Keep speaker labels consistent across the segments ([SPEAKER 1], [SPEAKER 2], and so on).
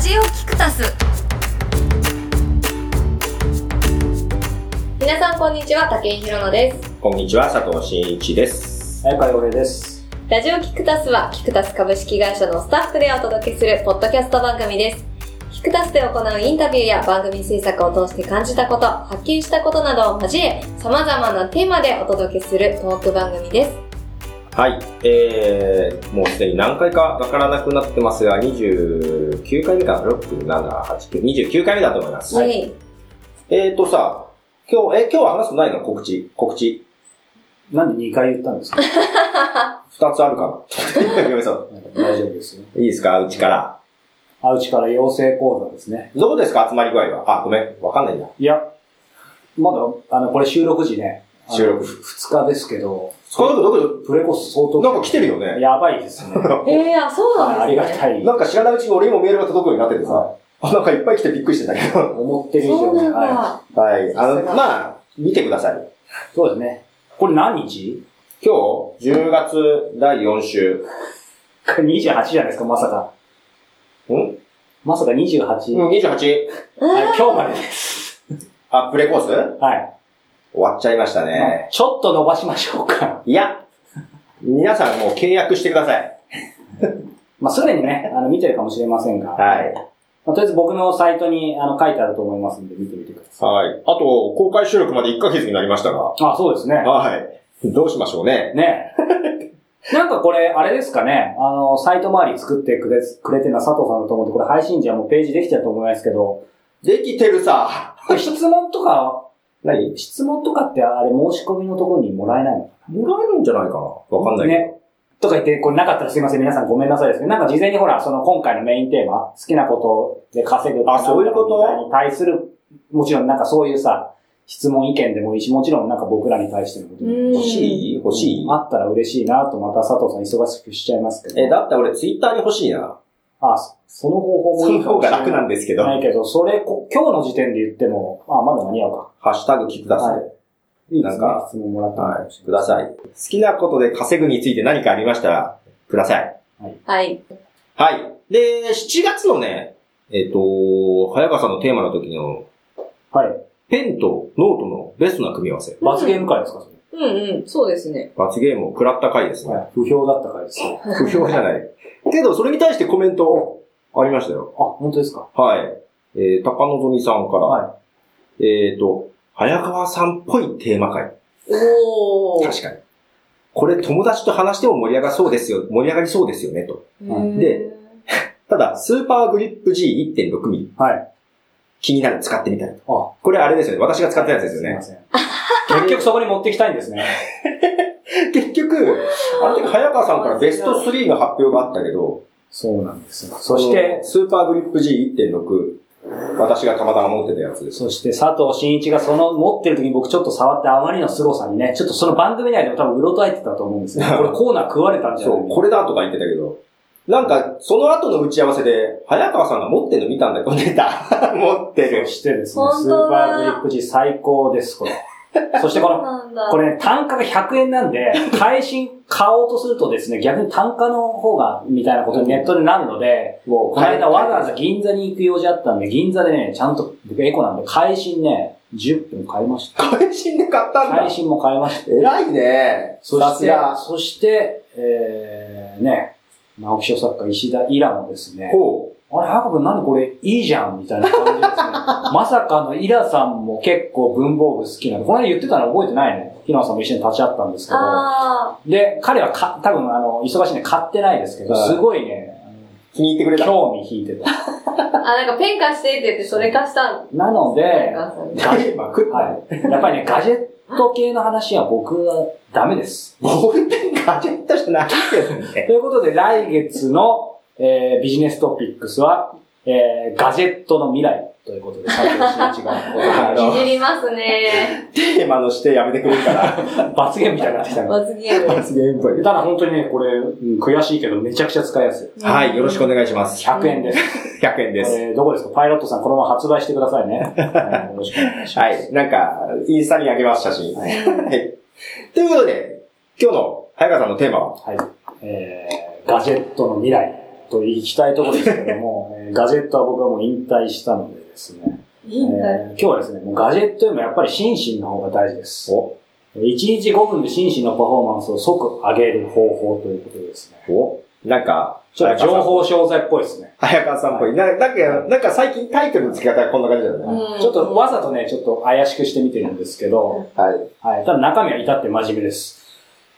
[SPEAKER 1] ジオキクタス皆さんこんにちは武井ひろのです
[SPEAKER 2] こんにちは、佐藤真一です。
[SPEAKER 3] 早川洋平です。
[SPEAKER 1] ラジオキクタスはキクタス株式会社のスタッフでお届けするポッドキャスト番組ですキクタスで行うインタビューや番組制作を通して感じたこと発見したことなどを交え様々なテーマでお届けするトーク番組です
[SPEAKER 2] はい、えー、もうすでに何回かわからなくなってますが、29回目かな、6、7、8、9、29回目だと思います。
[SPEAKER 1] はい、
[SPEAKER 2] えーとさ、今日、え、今日は話すのないの告知、告知。
[SPEAKER 3] なんで2回言ったんですか
[SPEAKER 2] 二つあるかな。ご めんなさ
[SPEAKER 3] 大丈夫ですね。
[SPEAKER 2] い。いいですか、うちから。
[SPEAKER 3] あうちから養成講座ですね。
[SPEAKER 2] どうですか、集まり具合は。あ、ごめん、わかんないな。
[SPEAKER 3] いや、まだ、あの、これ収録時ね。
[SPEAKER 2] 収録
[SPEAKER 3] 2日ですけど、
[SPEAKER 2] この子ど
[SPEAKER 3] プレコス相当。
[SPEAKER 2] こ、なんか来てるよね。
[SPEAKER 3] やばいですね。
[SPEAKER 1] ええあ、そう
[SPEAKER 3] あ
[SPEAKER 1] なん
[SPEAKER 3] り
[SPEAKER 1] で
[SPEAKER 3] が
[SPEAKER 1] すね。
[SPEAKER 3] たい。
[SPEAKER 2] なんか知らないうちに俺にもメールが届くようになっててさ、あ、なんかいっぱい来てびっくりしてたけど。
[SPEAKER 3] 思ってる以
[SPEAKER 1] そうな
[SPEAKER 3] 上に。
[SPEAKER 1] んだ。
[SPEAKER 3] は
[SPEAKER 2] はい、あの、まあ、見てください。
[SPEAKER 3] い。そうですね。これ何日
[SPEAKER 2] 今日、10月第4週。
[SPEAKER 3] ?28 じゃないですか、まさか。
[SPEAKER 2] ん
[SPEAKER 3] まさか28。
[SPEAKER 2] うん、28。
[SPEAKER 3] はい今日までです。
[SPEAKER 2] あ、プレコース終
[SPEAKER 3] はい、
[SPEAKER 2] わっちゃいました
[SPEAKER 3] まあ
[SPEAKER 2] ね。
[SPEAKER 3] ちょっと伸ばしましょうか。
[SPEAKER 2] いや、皆さんもう契約してください。
[SPEAKER 3] まあ、すでにね、あの、見てるかもしれませんが。
[SPEAKER 2] はい。
[SPEAKER 3] まあ、とりあえず僕のサイトに、あの、書いてあると思いますんで、見てみてくださ
[SPEAKER 2] はい。あと、公開収録まで1ヶ月になりましたが。
[SPEAKER 3] い。あ、そうですね。
[SPEAKER 2] はい。どうしましょうね。
[SPEAKER 3] ね えなんかこれ、あれですかね、あの、サイト周り作ってくれ、くれてるのは佐藤さんだと思うんで、これ配信時はもうページできてると思いますけど、
[SPEAKER 2] できてるさ。
[SPEAKER 3] これ質問とか、
[SPEAKER 2] 何
[SPEAKER 3] 質問とかってあれ申し込みのところにもらえないの
[SPEAKER 2] もらえるんじゃないかなわかんないけど。
[SPEAKER 3] ね。とか言って、これなかったらすいません、皆さんごめんなさいですけど、なんか事前にほら、その今回のメインテーマ、好きなことで稼ぐ
[SPEAKER 2] あそういうこと
[SPEAKER 3] なんかに対する、もちろんなんかそういうさ、質問意見でもいいし、もちろんなんか僕らに対してのことでも
[SPEAKER 2] 欲しい欲しい
[SPEAKER 3] あったら嬉しいなと、また佐藤さん忙しくしちゃいますけど。
[SPEAKER 2] え、だって俺ツイッターに欲しいな。
[SPEAKER 3] あ、そその方法
[SPEAKER 2] そ
[SPEAKER 3] も
[SPEAKER 2] の
[SPEAKER 3] いいか
[SPEAKER 2] 方
[SPEAKER 3] もし
[SPEAKER 2] が
[SPEAKER 3] れない。
[SPEAKER 2] 楽なんですけど。
[SPEAKER 3] な
[SPEAKER 2] ハ
[SPEAKER 3] いけど、それこ、今日の時点で言っても、あ、まだ間に合うか。
[SPEAKER 2] ッシュタグ聞ください。
[SPEAKER 3] はいいですね。
[SPEAKER 2] なんか
[SPEAKER 3] 質問もらっても
[SPEAKER 2] はい。ください。好きなことで稼ぐについて何かありましたら、ください。
[SPEAKER 1] はい。
[SPEAKER 2] はい。で、7月のね、えっ、と、早川さんのテーマの時の、
[SPEAKER 3] はい。
[SPEAKER 2] ペンとノートのベストな組み合わせ。
[SPEAKER 3] 罰ゲーム会ですか、それ。
[SPEAKER 1] うんうん、そうですね。
[SPEAKER 2] 罰ゲームを食らった回ですね。
[SPEAKER 3] はい。不評だった回ですね。
[SPEAKER 2] 不評じゃ ない。けど、それに対してコメントありましたよ。
[SPEAKER 3] あ、本当ですか
[SPEAKER 2] はい。えー、高望さんから、
[SPEAKER 3] は
[SPEAKER 2] えっ、と、早川さんっぽいテーマ会。
[SPEAKER 1] おー。
[SPEAKER 2] 確かに。これ友達と話しても盛り上がそうですよ、盛り上がりそうですよね、と。
[SPEAKER 3] に
[SPEAKER 2] で、ただ、スーパーグリップ G1.6 ミリ
[SPEAKER 3] い。はい。
[SPEAKER 2] 気になる、使ってみたい。
[SPEAKER 3] あ、
[SPEAKER 2] これあれですよね。私が使ってたやつですよ
[SPEAKER 3] すい
[SPEAKER 2] ね
[SPEAKER 3] ま。せん。結局そこに持ってきたいんですね。
[SPEAKER 2] 結局、あの時早川さんからベスト3の発表があったけど、
[SPEAKER 3] そうなんですよ。そして、
[SPEAKER 2] スーパーグリップ G1.6、私がたまたま持ってたやつです。
[SPEAKER 3] そして佐藤真一がその持ってる時に僕ちょっと触ってあまりの凄さにね、ちょっとその番組内でも多分うろたえてたと思うんですよ。これコーナー食われたんじゃな
[SPEAKER 2] そ、
[SPEAKER 3] いう
[SPEAKER 2] これだとか言ってたけど、なんか、その後の打ち合わせで、早川さんが持ってるの見たんだけど、出た。 持ってる
[SPEAKER 3] そ。してですね、
[SPEAKER 1] 本
[SPEAKER 3] ス
[SPEAKER 1] 当
[SPEAKER 3] ーパ
[SPEAKER 1] だ
[SPEAKER 3] ーグリップ時最高です、これ。そしてこ
[SPEAKER 1] そう
[SPEAKER 3] の、
[SPEAKER 1] なんだ。
[SPEAKER 3] これね、単価が100円なんで、配信買おうとするとですね、逆に単価の方が、みたいなことにネットでなるので、
[SPEAKER 2] も
[SPEAKER 3] この間わざわざ
[SPEAKER 2] はい
[SPEAKER 3] 銀座に行く用事あったんで、銀座でね、ちゃんと、僕エコなんで、配信ね、10分買いました。
[SPEAKER 2] 配信で買ったんだ
[SPEAKER 3] 配。信も買いました。
[SPEAKER 2] 偉いね。
[SPEAKER 3] そ
[SPEAKER 2] さ
[SPEAKER 3] し
[SPEAKER 2] す
[SPEAKER 3] て
[SPEAKER 2] が、。
[SPEAKER 3] そして、えー、ね、直木賞作家石田イラもですね、
[SPEAKER 2] ほう。
[SPEAKER 3] あれ、ハカ君何これいいじゃんみたいな感 じですね。まさかのイラさんも結構文房具好きなんで、この間言ってたの覚えてないね。ヒノさんも一緒に立ち会ったんですけど。
[SPEAKER 1] あ
[SPEAKER 3] で、彼はか、多分あの、忙しいんで買ってないですけど、
[SPEAKER 2] はい
[SPEAKER 3] すごいね、
[SPEAKER 2] 気に入ってくれた。
[SPEAKER 3] 興味引いてた。
[SPEAKER 1] ー。あ、なんかペン貸してって言ってそれ貸したん
[SPEAKER 3] なの で、
[SPEAKER 1] ガジェ
[SPEAKER 3] ガジェ
[SPEAKER 2] まあ食った
[SPEAKER 3] はい。やっぱりね、ガジェット系の話は僕はダメです。
[SPEAKER 2] ボールペンガジェットしてないけどね。
[SPEAKER 3] ということで、来月の、えービジネストピックスは、えーガジェットの未来ということで、佐藤真一がお
[SPEAKER 2] あ
[SPEAKER 3] 願いし
[SPEAKER 2] の
[SPEAKER 1] いじりますね。
[SPEAKER 2] テーマのしてやめてくれるから。
[SPEAKER 3] ます。罰ゲームみたいになってきたの。
[SPEAKER 1] 罰ゲーム。
[SPEAKER 2] 罰 ゲームっぽい
[SPEAKER 3] ただ本当にね、これ、うん悔しいけど、めちゃくちゃ使いやすい。
[SPEAKER 2] はい、よろしくお願いします。
[SPEAKER 3] 100円です。
[SPEAKER 2] 100円です。
[SPEAKER 3] えーどこですかパイロットさん、このまま発売してくださいね。はいよろしくお願いします。
[SPEAKER 2] はい、なんか、インスタにあげます、写真。はい。ということで、今日の早川さんのテーマは、
[SPEAKER 3] はい。えーガジェットの未来と行きたいところですけども、えーガジェットは僕はもう引退したのでですね、
[SPEAKER 1] いいんだよ。
[SPEAKER 3] えー今日はですね、もうガジェットよりもやっぱり心身の方が大事です。1日5分で心身のパフォーマンスを即上げる方法ということでですね。
[SPEAKER 2] おなんか、
[SPEAKER 3] ちょっと情報
[SPEAKER 2] 早
[SPEAKER 3] 詳細っぽいですね。
[SPEAKER 2] 川さんっぽい。ななんか、なんか最近タイトルの付け方がこんな感じだよね。
[SPEAKER 1] うん
[SPEAKER 3] ちょっとわざとね、ちょっと怪しくしてみてるんですけど、
[SPEAKER 2] はい。
[SPEAKER 3] はい。ただ中身は至って真面目です。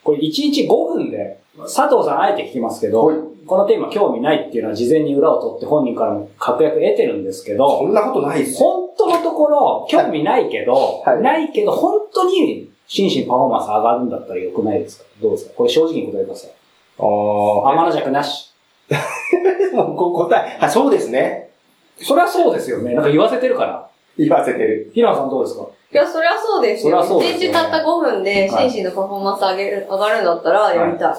[SPEAKER 3] これ1日5分で、佐藤さんあえて聞きますけど、
[SPEAKER 2] はい
[SPEAKER 3] このテーマ興味ないっていうのは事前に裏を取って本人からも確約得てるんですけ
[SPEAKER 2] そ
[SPEAKER 3] ど、
[SPEAKER 2] んなことないっすよ。
[SPEAKER 3] 本当のところ興味ないけど、
[SPEAKER 2] はい
[SPEAKER 3] ないけど本当に心身パフォーマンス上がるんだったら良くないですかどうですかこれ正直に答えてください。
[SPEAKER 2] あ
[SPEAKER 3] 天の弱なし。
[SPEAKER 2] あ。もうこ答え、あ、そうですね。
[SPEAKER 3] そりゃそうですよね。なんか言わせてるから。
[SPEAKER 2] 言わせてる。
[SPEAKER 3] 平野さんどうですか
[SPEAKER 1] いや、そりゃそうです
[SPEAKER 3] そり
[SPEAKER 1] よ。
[SPEAKER 3] ゃそう
[SPEAKER 1] 一、
[SPEAKER 3] ですよ
[SPEAKER 1] 日たった5分で、
[SPEAKER 3] はい
[SPEAKER 1] 心身のパフォーマンス上げる、上がるんだったら、やりたい。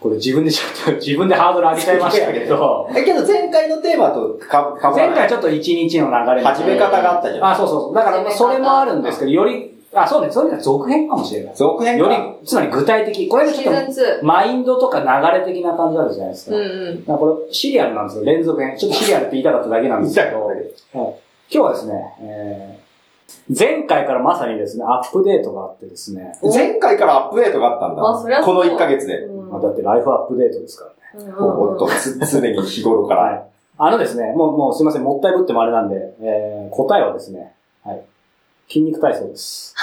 [SPEAKER 3] これ自分でちょっと、 自分でハードル上げちゃいましたけ ど、
[SPEAKER 2] え、けど前回のテーマとか、かぶら
[SPEAKER 3] 前
[SPEAKER 2] ない。
[SPEAKER 3] 回ちょっと一日の流れに
[SPEAKER 2] 始め方があったじゃん。
[SPEAKER 3] あ、そうそうそう。だからまあそれもあるんですけど、より、あ、そうね、それが続編かもしれない。
[SPEAKER 2] 続編か
[SPEAKER 3] より、つまり具体的。これが
[SPEAKER 1] シ
[SPEAKER 3] ちょっ
[SPEAKER 1] ーズ
[SPEAKER 3] と、マインドとか流れ的な感じあるじゃないです
[SPEAKER 1] ン2。
[SPEAKER 3] か。
[SPEAKER 1] うんうん。
[SPEAKER 3] だからこれ、シリアルなんですよ、連続編。ちょっとシリアルって言いたかっただけなんですけど、はい今日はですね、えー前回からまさにですね、アップデートがあってですね、
[SPEAKER 2] 前回からアップデートがあったんだ。
[SPEAKER 1] あそりゃそ
[SPEAKER 2] こ
[SPEAKER 1] う
[SPEAKER 2] の1ヶ月で。
[SPEAKER 1] うん
[SPEAKER 3] まあだってライフアップデートですからね。
[SPEAKER 1] うんうんうん
[SPEAKER 2] もっとつ、常に日頃から。
[SPEAKER 3] はい。あのですね、もう、もうすいません、もったいぶってもあれなんで、えー答えはですね、はい。筋肉体操 です。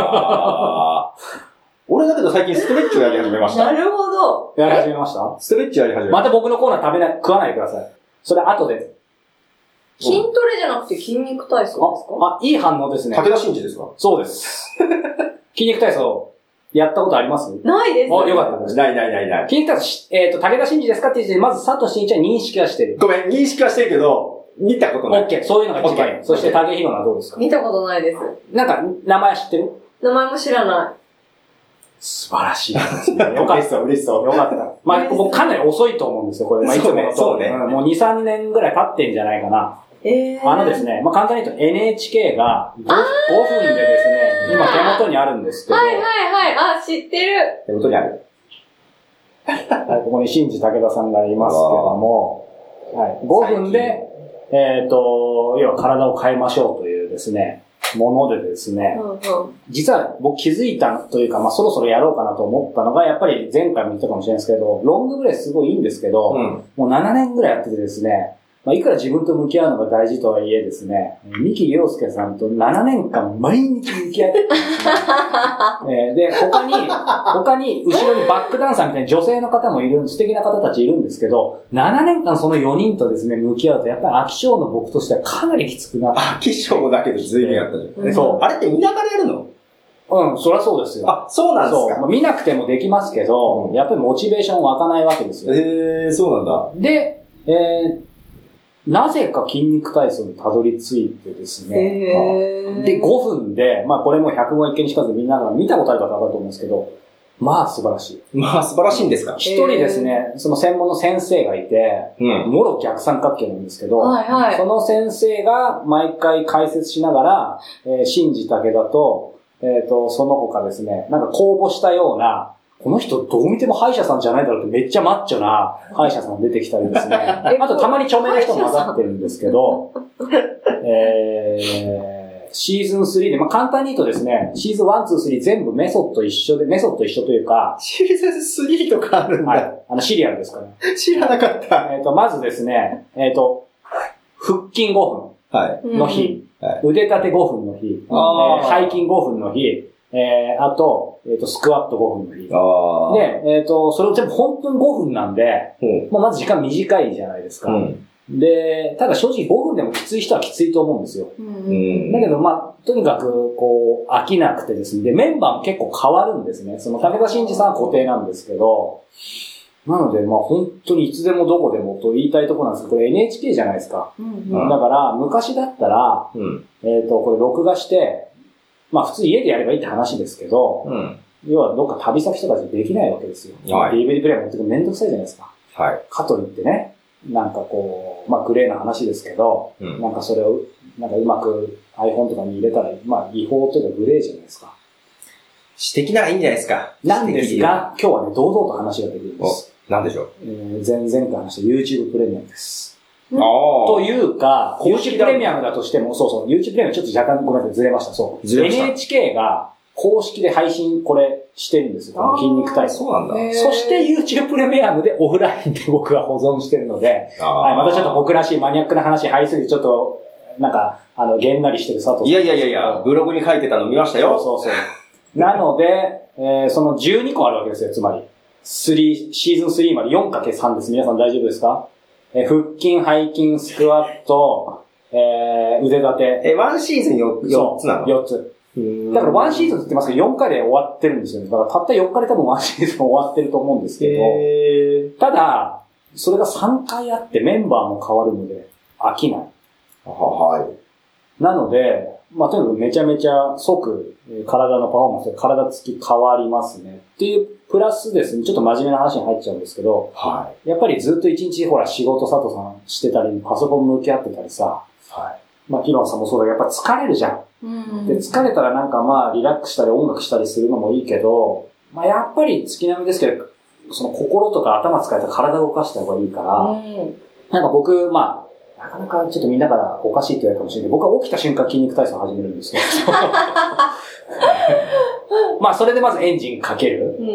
[SPEAKER 2] あー俺だけど最近ストレッチをやり始めまし
[SPEAKER 1] な
[SPEAKER 2] た。
[SPEAKER 1] るほど。
[SPEAKER 3] やり始めました
[SPEAKER 2] ストレッチやり始めまし
[SPEAKER 3] ま
[SPEAKER 2] た
[SPEAKER 3] 僕のコーナー食べない、食わないでください。それ後で。
[SPEAKER 1] 筋トレじゃなくて筋肉体操ですか
[SPEAKER 3] あ、あ、いい反応です
[SPEAKER 2] た。
[SPEAKER 3] ね。
[SPEAKER 2] 武田真治ですか
[SPEAKER 3] そうです。筋肉体操、やったことあります
[SPEAKER 1] ないです。
[SPEAKER 3] お、よかったです。
[SPEAKER 2] ないないないない。
[SPEAKER 3] 筋肉体操し、えっ、と、武田真治ですかっていう時点で、まず佐藤真一は認識はしてる。
[SPEAKER 2] ごめん、認識はしてるけど、見たこと
[SPEAKER 3] オ
[SPEAKER 2] ない。
[SPEAKER 3] ッケー、そういうのが一番いい。
[SPEAKER 2] OK
[SPEAKER 3] そして武井宏はどうですか
[SPEAKER 1] 見たことないです。
[SPEAKER 3] なんか、名前知ってる
[SPEAKER 1] 名前も知らな
[SPEAKER 3] 素晴らしいですね。 よかっ
[SPEAKER 2] 嬉しそう、嬉しそう。
[SPEAKER 3] た。よかった。 まあ、僕かなり遅いと思うんですよ、これ。まあ、いつも
[SPEAKER 2] そ
[SPEAKER 3] の
[SPEAKER 2] うねそうね
[SPEAKER 3] んもう2、3年ぐらい経ってんじゃないかな。
[SPEAKER 1] い。えー。
[SPEAKER 3] あのですね、まあ、簡単に言うと NHK が 5, 分でですね、今手元にあるんですけど、
[SPEAKER 1] はいはいはい。あ、知ってる。
[SPEAKER 2] 手元にある。
[SPEAKER 3] はいここに新次武田さんがいますけども、はい、5分で、えっ、と、要は体を変えましょうというですね、ものでですね、
[SPEAKER 1] うんうん。
[SPEAKER 3] 実は僕気づいたというか、まあ、そろそろやろうかなと思ったのが、やっぱり前回も言ったかもしれないですけど、ロングブレスすごいいいんですけど、
[SPEAKER 2] うん。
[SPEAKER 3] もう7年ぐらいやっててですね、まあ、いくら自分と向き合うのが大事とはいえですね、三木亮介さんと7年間毎日向き合ってたんですね。えーで、他 に、他に、後ろにバックダンサーみたいな女性の方もいる、素敵な方たちいるんですけど、7年間その4人とですね、向き合うと、やっぱり飽き性の僕としてはかなりきつくなって。
[SPEAKER 2] あ、気象だけど随分あったじゃん。
[SPEAKER 1] うん
[SPEAKER 3] そう。
[SPEAKER 2] あれって見ながらやるの
[SPEAKER 3] うん、そりゃそうですよ。
[SPEAKER 2] あ、そうなん
[SPEAKER 3] そう。
[SPEAKER 2] で
[SPEAKER 3] まあ見なくてもできますけど、
[SPEAKER 2] うん
[SPEAKER 3] やっぱりモチベーション湧かないわけです
[SPEAKER 2] す
[SPEAKER 3] よ
[SPEAKER 2] か。へえー、そうなんだ。
[SPEAKER 3] で、えーなぜか筋肉体操にたどり着いてですね、
[SPEAKER 1] へ
[SPEAKER 3] まあ
[SPEAKER 1] ー。
[SPEAKER 3] で、5分で、まあこれも100万一見にしかずみんなが見たことある方わかると思うんですけど、まあ素晴らしい。
[SPEAKER 2] まあ、素晴らしいんですか。
[SPEAKER 3] 一人ですね、その専門の先生がいて、
[SPEAKER 2] うん。
[SPEAKER 3] もろ逆三角形なんですけど、
[SPEAKER 1] はいはい
[SPEAKER 3] その先生が毎回解説しながら、えー、信じたけだと、えっ、と、その他ですね、なんか公募したような、この人どう見ても歯医者さんじゃないだろうってめっちゃマッチョな歯医者さん出てきた りですね。あとたまに著名な人も混ざってるんですけど、えー、シーズン3で、まあ、簡単に言うとですね、シーズン1、2、3全部メソッド一緒で、メソッド一緒とい うか、
[SPEAKER 2] シリーズ3とかあるんだ。
[SPEAKER 3] はい、あのシリアルですから、ね。
[SPEAKER 2] 知らなかった。
[SPEAKER 3] えっ、と、まずですね、えっ、と、腹筋5
[SPEAKER 2] はい。
[SPEAKER 1] う
[SPEAKER 3] 分
[SPEAKER 1] ん
[SPEAKER 3] の日、
[SPEAKER 2] は
[SPEAKER 3] 腕立て5分の日、え
[SPEAKER 2] あー
[SPEAKER 3] ー背筋5分の日、えーあと、えっ、と、スクワット5分の日。
[SPEAKER 2] ああ。
[SPEAKER 3] で、えっ、と、それを全部本当に5分なんで、
[SPEAKER 2] うん。
[SPEAKER 3] もうまず時間短いじゃないですか。
[SPEAKER 2] うん。
[SPEAKER 3] で、ただ正直5分でもきつい人はきついと思うんですよ。
[SPEAKER 1] うん
[SPEAKER 2] う
[SPEAKER 1] うん。
[SPEAKER 2] ん。
[SPEAKER 3] だけど、まあ、とにかく、こう、飽きなくてですね。で、メンバーも結構変わるんですね。その、武田真治さんは固定なんですけど、なので、まあ、本当にいつでもどこでもと言いたいところなんですけど、これ NHK じゃないですか。
[SPEAKER 1] うん
[SPEAKER 2] う
[SPEAKER 1] うんん。
[SPEAKER 3] だから、昔だったら、
[SPEAKER 2] うん。
[SPEAKER 3] えっ、と、これ録画して、まあ、普通家でやればいいって話ですけど、
[SPEAKER 2] うん。
[SPEAKER 3] 要はどっか旅先とかじゃできないわけですよ。
[SPEAKER 2] はい
[SPEAKER 3] DVD プレイヤー持ってくるのめんどくさいじゃないですか。
[SPEAKER 2] はい。
[SPEAKER 3] かといってね、なんかこう、まあ、グレーな話ですけど、
[SPEAKER 2] うん。
[SPEAKER 3] なんかそれを、なんかうまく iPhone とかに入れたら、まあ違法というかグレーじゃないですか。
[SPEAKER 2] 私的ならいいんじゃないですか。
[SPEAKER 3] なんですが、今日はね、堂々と話ができるんです。
[SPEAKER 2] なんでしょ
[SPEAKER 3] えー前々回話した YouTube プレミアムです。
[SPEAKER 1] ん
[SPEAKER 2] う。ああ。
[SPEAKER 3] というか、
[SPEAKER 2] 公式
[SPEAKER 3] YouTube
[SPEAKER 2] だ
[SPEAKER 3] プレミアムだとしても、そうそう、YouTube プレミアムちょっと若干ごめんなさい、ずれました。そう。
[SPEAKER 2] ずれました
[SPEAKER 3] NHK が公式で配信これしてるんですよ、この筋肉体操。
[SPEAKER 2] そうなんだ。
[SPEAKER 1] へー
[SPEAKER 3] そして YouTube プレミアムでオフラインで僕は保存してるので、
[SPEAKER 2] ああ
[SPEAKER 3] はい、またちょっと僕らしいマニアックな話入りすぎて、ちょっと、なんか、あの、げんなりしてる佐藤さん。
[SPEAKER 2] いやいやいやいや、ブログに書いてたの見ましたよ。
[SPEAKER 3] そうそうそう。なので、えーその12個あるわけですよ、つまり。3、シーズン3まで 4×3 です。皆さん大丈夫ですかえー腹筋、背筋、スクワット、えー腕立て。
[SPEAKER 2] え、ワンシーズンよ4
[SPEAKER 3] そう
[SPEAKER 2] つなの
[SPEAKER 3] ?4 つ。だからワンシーズンって言ってますけど、4回で終わってるんですよね。だからたった4回で多分ワンシーズン終わってると思うんですけど、
[SPEAKER 2] へー
[SPEAKER 3] ただ、それが3回あってメンバーも変わるので飽きない。
[SPEAKER 2] あははい。
[SPEAKER 3] なので、まあ、とにかくめちゃめちゃ即、えー体のパフォーマンスで体つき変わりますね。っていう、プラスですね、ちょっと真面目な話に入っちゃうんですけど、
[SPEAKER 2] は
[SPEAKER 3] やっぱりずっと一日、ほら、仕事佐藤さんしてたり、パソコン向き合ってたりさ、
[SPEAKER 2] い。は
[SPEAKER 3] まあ、ヒロンさんもそうだけど、やっぱ疲れるじゃん。
[SPEAKER 1] うん
[SPEAKER 3] で、疲れたらなんかまあ、リラックスしたり音楽したりするのもいいけど、まあ、やっぱり月並みですけど、その心とか頭使えたら体を動かした方がいいから、
[SPEAKER 1] うん
[SPEAKER 3] なんか僕、まあ、なかなかちょっとみんなからおかしいって言われるかもしれないけど、僕は起きた瞬間筋肉体操を始める んですけど。まあ、それでまずエンジンかける。
[SPEAKER 1] うんう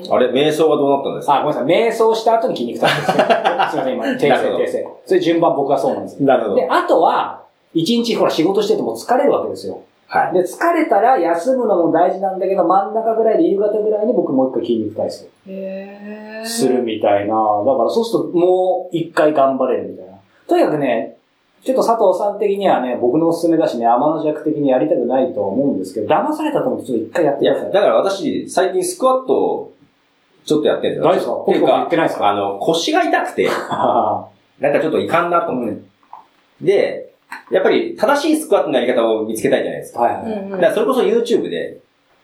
[SPEAKER 1] ん
[SPEAKER 2] い。あれ、瞑想はどうなったんですか
[SPEAKER 3] あ、ごめんなさい。瞑想した後に筋肉体操ですね。 すいません、今、訂正
[SPEAKER 2] なるほ、ど
[SPEAKER 3] 訂正。それ順番僕はそうなんですよ。
[SPEAKER 2] なるほ
[SPEAKER 3] で、あとは、一日ほら仕事してても疲れるわけですよ。
[SPEAKER 2] はい。
[SPEAKER 3] で、疲れたら休むのも大事なんだけど、真ん中ぐらいで夕方ぐらいに僕もう一回筋肉体操
[SPEAKER 1] へー
[SPEAKER 3] するみたいな。だからそうするともう一回頑張れるみたいな。とにかくね、ちょっと佐藤さん的にはね、僕のおすすめだしね、天の弱的にやりたくないとは思うんですけど、騙されたと思ってちょっと一回やっ
[SPEAKER 2] い
[SPEAKER 3] て
[SPEAKER 2] や、
[SPEAKER 3] くださ
[SPEAKER 2] だ
[SPEAKER 3] い。
[SPEAKER 2] から私、最近スクワットをちょっとやってるん
[SPEAKER 3] 大
[SPEAKER 2] で
[SPEAKER 3] 丈
[SPEAKER 2] す
[SPEAKER 3] 夫
[SPEAKER 2] よ。
[SPEAKER 3] ですかポキポキ言
[SPEAKER 2] っ
[SPEAKER 3] ってて
[SPEAKER 2] いう
[SPEAKER 3] ないです
[SPEAKER 2] か、
[SPEAKER 3] か
[SPEAKER 2] あの、腰が痛くて、なんかちょっといかんなと 思って。で、やっぱり正しいスクワットのやり方を見つけたいじゃないですか。
[SPEAKER 3] はいうはい。
[SPEAKER 1] んう
[SPEAKER 2] だ
[SPEAKER 1] ん
[SPEAKER 2] からそれこそ YouTube で、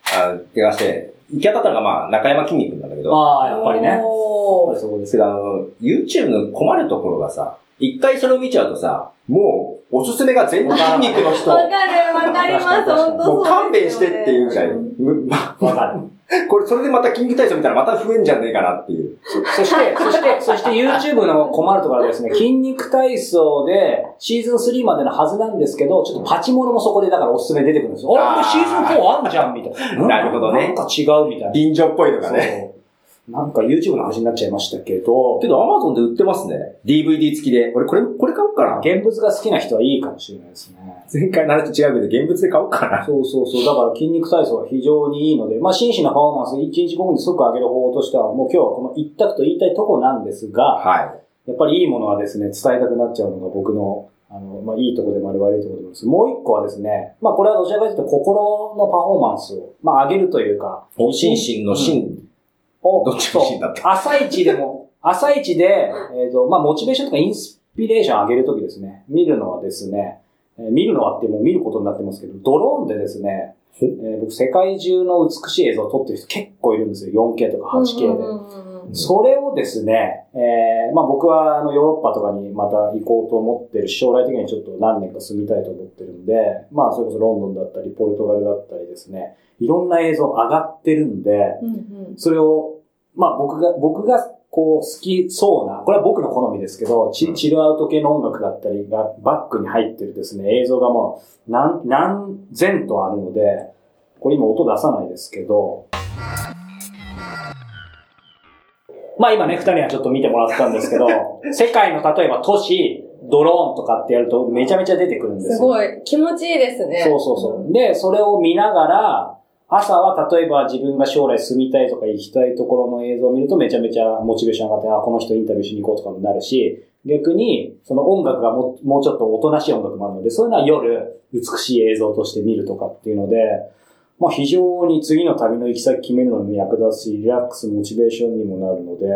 [SPEAKER 2] あ怪我して、行き当たったのがまあ、中山筋肉なんだけど、
[SPEAKER 3] ああ、やっぱりね。やっぱ
[SPEAKER 1] おー
[SPEAKER 3] りそうです
[SPEAKER 2] それあの、YouTube の困るところがさ、一回それを見ちゃうとさ、もう、おすすめが全部筋肉の人
[SPEAKER 1] わ、かる、わかります、
[SPEAKER 3] 確かに
[SPEAKER 1] 本当
[SPEAKER 2] もう
[SPEAKER 1] そう
[SPEAKER 2] 勘
[SPEAKER 1] で
[SPEAKER 2] 弁
[SPEAKER 1] す
[SPEAKER 2] し
[SPEAKER 1] よね
[SPEAKER 2] てっていうぐらい、
[SPEAKER 1] ん
[SPEAKER 2] むま
[SPEAKER 3] わかる。
[SPEAKER 2] これ、それでまた筋肉体操見たらまた増えんじゃねえかなっていう。
[SPEAKER 3] そして、 そして、そして YouTube の困るところはですね、筋肉体操でシーズン3までのはずなんですけど、ちょっとパチモノもそこでだからおすすめ出てくるんですよ。あ、これシーズン4あんじゃんみたいな。
[SPEAKER 2] なるほどね
[SPEAKER 3] なんか違うみたいな。
[SPEAKER 2] 便乗っぽいのがね。
[SPEAKER 3] そう。なんか YouTube の話になっちゃいましたけど
[SPEAKER 2] け、ど Amazon で売ってますね。DVD 付きで。俺、これ、これ買おうかな。
[SPEAKER 3] 現物が好きな人はいいかもしれないですね。
[SPEAKER 2] 前回の話と違うけど、現物で買おうかな。
[SPEAKER 3] そうそうそう。だから筋肉体操は非常にいいので、まあ、真摯なパフォーマンス1日5分で即上げる方法としては、もう今日はこの一択と言いたいとこなんですが、
[SPEAKER 2] はい。
[SPEAKER 3] やっぱりいいものはですね、伝えたくなっちゃうのが僕の、あの、まあ、いいとこでもあり悪いとこでもあるんです。もう一個はですね、まあ、これはどちらかというと心のパフォーマンスを、まあ、上げるというか、
[SPEAKER 2] 心身の心。
[SPEAKER 3] を、
[SPEAKER 2] どっちも死んだって
[SPEAKER 3] そう朝一でも、朝一で、えっ、と、まあ、モチベーションとかインスピレーション上げるときですね、見るのはですね、えー見るのはってもう見ることになってますけど、ドローンでですね、
[SPEAKER 2] ほ
[SPEAKER 3] えー僕世界中の美しい映像を撮ってる人結構いるんですよ。4K とか 8K で。
[SPEAKER 1] うんうんうん
[SPEAKER 3] それをですね、えーまあ僕はあのヨーロッパとかにまた行こうと思ってるし、将来的にちょっと何年か住みたいと思ってるんで、まあそれこそロンドンだったり、ポルトガルだったりですね、いろんな映像上がってるんで、
[SPEAKER 1] うんうん
[SPEAKER 3] それを、まあ僕が、僕がこう好きそうな、これは僕の好みですけど、チ,、
[SPEAKER 2] うん
[SPEAKER 3] チルアウト系の音楽だったりがバックに入ってるですね、映像がもう何、何千とあるので、これ今音出さないですけど、まあ今ね、二人にはちょっと見てもらったんで すけど、世界の例えば都市、ドローンとかってやるとめちゃめちゃ出てくるんですよ。
[SPEAKER 1] すごい、気持ちいいですね。
[SPEAKER 3] そうそうそう。で、それを見ながら、朝は例えば自分が将来住みたいとか行きたいところの映像を見るとめちゃめちゃモチベーション上がって、あ、この人インタビューしに行こうとかもなるし、逆に、その音楽がももうちょっとおとなしい音楽もあるので、そういうのは夜、美しい映像として見るとかっていうので、まあ非常に次の旅の行き先決めるのにも役立つし、リラックス、モチベーションにもなるので、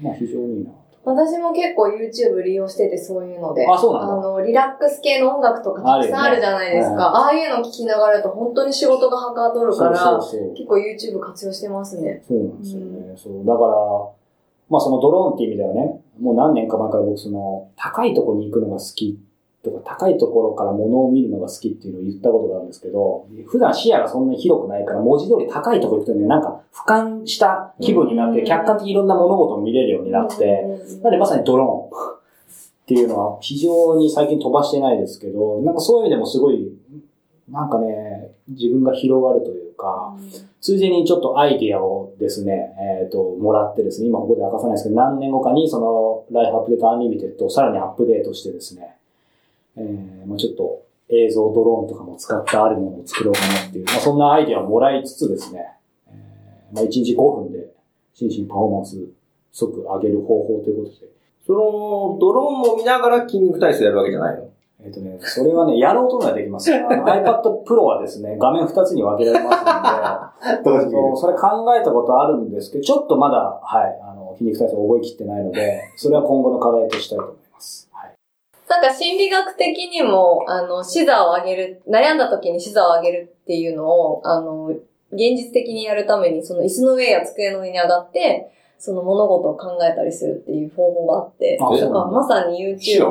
[SPEAKER 3] まあ非常にいいなと。
[SPEAKER 1] 私も結構 YouTube 利用しててそういうので。
[SPEAKER 3] あそうなんだ
[SPEAKER 1] あの、リラックス系の音楽とかたくさんあるじゃないですか。ああいうの聞きながらだと本当に仕事がはかどるから、
[SPEAKER 3] そうそう。
[SPEAKER 1] 結構 YouTube 活用してますね。
[SPEAKER 3] そうなんですよね。そう。だから、まあそのドローンっていう意味ではね、もう何年か前から僕その高いとこに行くのが好きとか高いところから物を見るのが好きっていうのを言ったことがあるんですけど、普段視野がそんなに広くないから、文字通り高いところ行くとね、なんか俯瞰した気分になっ
[SPEAKER 1] う
[SPEAKER 3] て、
[SPEAKER 1] ん
[SPEAKER 3] 客観的にいろんな物事を見れるようになって、
[SPEAKER 1] うん
[SPEAKER 3] なんでまさにドローンっていうのは非常に最近飛ばしてないですけど、なんかそういう意味でもすごい、なんかね、自分が広がるというか、ついでにちょっとアイディアをですね、えっ、と、もらってですね、今ここで明かさないですけど、何年後かにその、ライフアップデートアンリミテッドをさらにアップデートしてですね、えー、まあちょっと映像ドローンとかも使ったあるものを作ろうかなっていう、まあそんなアイディアをもらいつつですね、えー、まあ1日5分で心身パフォーマンス即上げる方法ということで、
[SPEAKER 2] その、ドローンを見ながら筋肉体操やるわけじゃないの
[SPEAKER 3] えっ、とね、それはね、やろうと思えばできます。あの iPad Pro はですね、画面2つに分けられますので、あのそれ考えたことあるんですけど、ちょっとまだ、はい、あの、筋肉体操覚えきってないの で、それは今後の課題としたいと思います。はい。
[SPEAKER 1] なんか心理学的にも、あの、視座を上げる、悩んだ時に視座を上げるっていうのを、あの、現実的にやるために、その椅子の上や机の上に上がって、その物事を考えたりするっていう方法があって、
[SPEAKER 3] あ
[SPEAKER 2] そう
[SPEAKER 1] だから
[SPEAKER 3] なんだ
[SPEAKER 1] まさに
[SPEAKER 2] 視座
[SPEAKER 1] YouTube、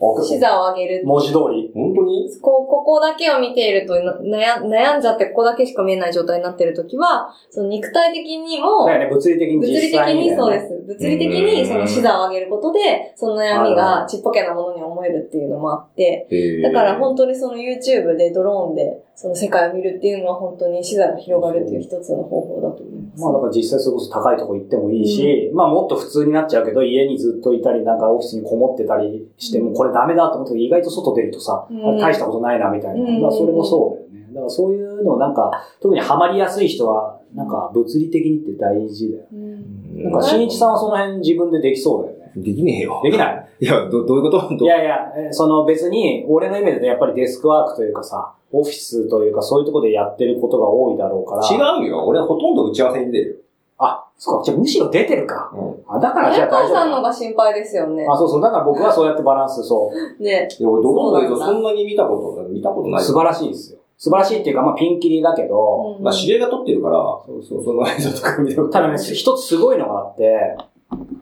[SPEAKER 2] をえ
[SPEAKER 1] 視座を上げる。
[SPEAKER 3] 文字通り。
[SPEAKER 2] 本当に
[SPEAKER 1] こうここだけを見ているとな悩悩んじゃってここだけしか見えない状態になってる時は、その肉体的にも、
[SPEAKER 3] だよね、物理的に
[SPEAKER 1] 物理
[SPEAKER 3] 実
[SPEAKER 1] 的
[SPEAKER 3] 際に、
[SPEAKER 1] に
[SPEAKER 3] ね。
[SPEAKER 1] そうです。物理的にその手段を上げることで、その悩みがちっぽけなものに思えるっていうのもあって、だから本当にその YouTube でドローンでその世界を見るっていうのは本当に視座が広がるっていう一つの方法だと思います。
[SPEAKER 3] まあだから実際それこそ高いとこ行ってもいいし、まあもっと普通になっちゃうけど、家にずっといたり、なんかオフィスにこもってたりして
[SPEAKER 1] う
[SPEAKER 3] も、
[SPEAKER 1] ん
[SPEAKER 3] これダメだと思ったけど、意外と外出るとさ、
[SPEAKER 1] うん
[SPEAKER 3] あれ大したことないなみたいな。
[SPEAKER 1] うん
[SPEAKER 3] だからそれもそうだよね。だからそういうのをなんか、特にハマりやすい人は、なんか物理的にって大事だよね。
[SPEAKER 1] うん
[SPEAKER 3] なんか、しんいちさんはその辺自分でできそうだよね。
[SPEAKER 2] できねえよ。
[SPEAKER 3] できない
[SPEAKER 2] いや、ど、どういうこと
[SPEAKER 3] いやいや、えーその別に、俺のイメージでやっぱりデスクワークというかさ、オフィスというかそういうところでやってることが多いだろうから。う。
[SPEAKER 2] 違うよ。俺ほとんど打ち合わせに出る
[SPEAKER 3] あ、そうか。じゃあむしろ出てるか。
[SPEAKER 2] よ。
[SPEAKER 3] あ、だからじゃ
[SPEAKER 1] 早
[SPEAKER 3] あ
[SPEAKER 1] 川
[SPEAKER 3] 大丈
[SPEAKER 1] さんの方。
[SPEAKER 3] 夫
[SPEAKER 1] が心配ですよね。
[SPEAKER 3] あ、そうそう。だから僕はそうやってバランス、そう。
[SPEAKER 1] ね。
[SPEAKER 2] うん。俺、ドローンの映像そんなに見たこと、見たことない
[SPEAKER 3] 素
[SPEAKER 2] よ。
[SPEAKER 3] 晴らしいですよ。素晴らしいっていうか、まあピンキリだけど、
[SPEAKER 1] うん
[SPEAKER 2] まあ、知り合いが撮ってるから、
[SPEAKER 3] そう
[SPEAKER 2] そうその映像とか見たこと
[SPEAKER 3] ただね、一つすごいのがあって、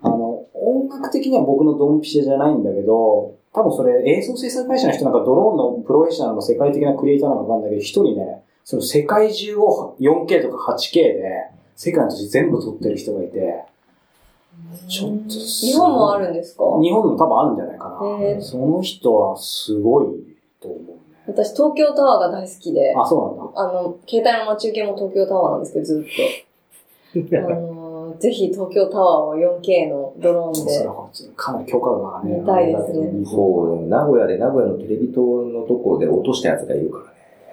[SPEAKER 3] あの、音楽的には僕のドンピシャじゃないんだけど、多分それ映像制作会社の人なんかドローンのプロフェッショナルの世界的なクリエイターなんかなんだけど、一人ね、その世界中を 4K とか 8K で、世界の土地全部撮ってる人がいて、ちょっとすごい
[SPEAKER 1] 日本もあるんですか
[SPEAKER 3] 日本も多分あるんじゃないか
[SPEAKER 1] へー
[SPEAKER 3] な。その人はすごいと思うね。
[SPEAKER 1] 私東京タワーが大好きで、
[SPEAKER 3] あ、そうなんだ。
[SPEAKER 1] あの、携帯の待ち受けも東京タワーなんですけど、ずっと。 あのーぜひ東京タワーを 4K のドローン
[SPEAKER 3] それ
[SPEAKER 1] で。
[SPEAKER 3] はかなり許可度がね、
[SPEAKER 1] 見たいですね
[SPEAKER 3] あれだけど日本
[SPEAKER 2] そうね、名古屋で名古屋のテレビ塔のところで落としたやつがいるからね。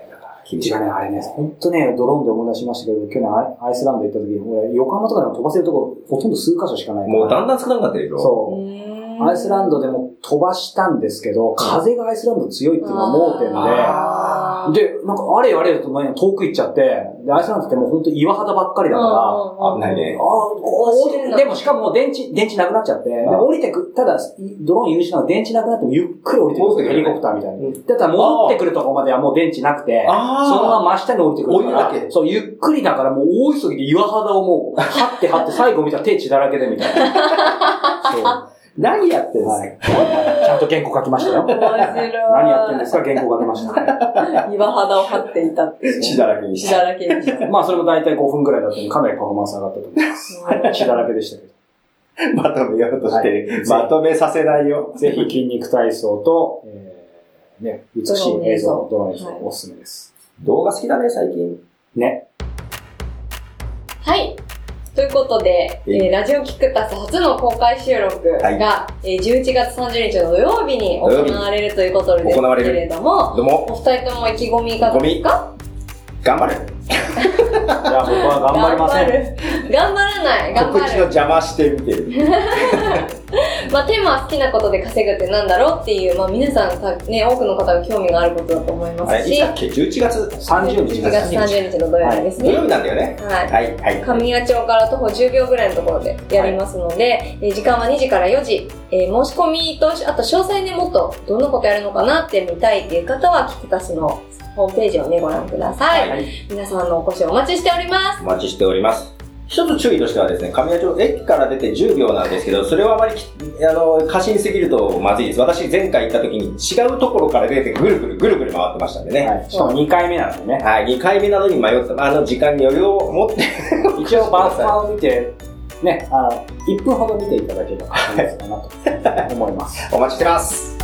[SPEAKER 2] だから厳しい
[SPEAKER 3] 違うね、あれね、ほんとね、ドローンで思い出しましたけど、去年アイアイスランド行った時に、俺横浜とかでも飛ばせるところ、ほとんど数箇所しかないから。
[SPEAKER 2] もうだんだん少なくなってるでしょ
[SPEAKER 3] そうう。
[SPEAKER 1] ーん
[SPEAKER 3] アイスランドでも飛ばしたんですけど、風がアイスランド強いっていうのが盲点で、
[SPEAKER 1] あー
[SPEAKER 3] で、なんかあれよあれよと前に遠く行っちゃって、で、アイスランドってもうほんと岩肌ばっかりだから、あ
[SPEAKER 2] 危ないね
[SPEAKER 3] ーこ
[SPEAKER 1] 走れ
[SPEAKER 3] う
[SPEAKER 1] ない
[SPEAKER 3] でもしかも電池、電池なくなっちゃって、で、
[SPEAKER 2] あー
[SPEAKER 3] 降りてく、ただ、ドローン許しながら電池なくなってもゆっくり降りてくるんですよ。ヘリコプターみたいに。だったら戻ってくるとこまではもう電池なくて、
[SPEAKER 2] あ
[SPEAKER 3] そのまま真下に降りてくるから。
[SPEAKER 2] お湯だけ
[SPEAKER 3] そう、ゆっくりだからもう大急ぎで岩肌をもう、張って張って、最後見たら手血だらけでみたいな。そう
[SPEAKER 2] 何やってんすか、
[SPEAKER 3] はい。ちゃんと原稿書きましたよ。
[SPEAKER 1] 面白い。
[SPEAKER 3] 何やってんですか原稿書きました。
[SPEAKER 1] 岩肌を張っていたっていう。
[SPEAKER 2] 血だらけにし
[SPEAKER 1] 血
[SPEAKER 2] て。
[SPEAKER 1] だらけにした。
[SPEAKER 3] まあ、それも大体5分くらいだったんで、かなりパフォーマンス上がったと思います。はい血だらけでしたけど。
[SPEAKER 2] まとめようとしてる。まとめさせないよ。
[SPEAKER 3] ぜひ、筋肉体操と、えーね、美しい映像、ドローン映像、
[SPEAKER 1] はい
[SPEAKER 3] おすすめです。
[SPEAKER 2] 動画好きだね、最近。
[SPEAKER 3] ね。
[SPEAKER 1] はい。ということで、え
[SPEAKER 2] えい
[SPEAKER 1] ーラジオキクタス初の公開収録が、えー11月30日の土曜日に行われるということです
[SPEAKER 2] 行われる
[SPEAKER 1] けれども、
[SPEAKER 2] どうも、
[SPEAKER 1] お二人とも意気込みいかがですか
[SPEAKER 2] 頑張れ。
[SPEAKER 3] じゃあ、僕は頑張りません。
[SPEAKER 1] ん。頑張らない。頑張
[SPEAKER 2] 告知の
[SPEAKER 1] る。
[SPEAKER 2] 邪魔してみてる。
[SPEAKER 1] まあ、テーマは好きなことで稼ぐってなんだろうっていう、まあ、皆さんさ、ね、多くの方が興味があることだと思いま
[SPEAKER 2] あ
[SPEAKER 1] す
[SPEAKER 2] れ、い
[SPEAKER 1] し
[SPEAKER 2] つだ、っけ ?11 月
[SPEAKER 3] 30日
[SPEAKER 1] 1
[SPEAKER 3] で
[SPEAKER 1] 月
[SPEAKER 3] す。
[SPEAKER 1] 30日の土曜日です
[SPEAKER 2] 土
[SPEAKER 1] ね
[SPEAKER 2] 曜。日なんだよね。
[SPEAKER 1] はい。
[SPEAKER 2] はい、はい。
[SPEAKER 1] 神谷町から徒歩10秒ぐらいのところでやりますので、えー時間は2時から4時、えー申し込みと、あと詳細ね、もっとどんなことやるのかなって見たいっていう方は、キクタスのホームページをね、ご覧ください。
[SPEAKER 2] はい
[SPEAKER 1] 皆さんのお越しをお待ちしております。
[SPEAKER 2] お待ちしております。一つ注意としてはですね、神谷町、駅から出て10秒なんですけど、それはあまりき、あの、過信すぎるとまずいです。私、前回行った時に違うところから出てぐるぐるぐるぐる回ってましたんでね。
[SPEAKER 3] はい。しかも2回目なんでね。
[SPEAKER 2] はい、2回目などに迷った、あの、時間に余裕を持って、
[SPEAKER 3] 一応バッファーを見て、ね、あの、1分ほど見ていただければいいかなと思います。
[SPEAKER 2] お待ちしてます。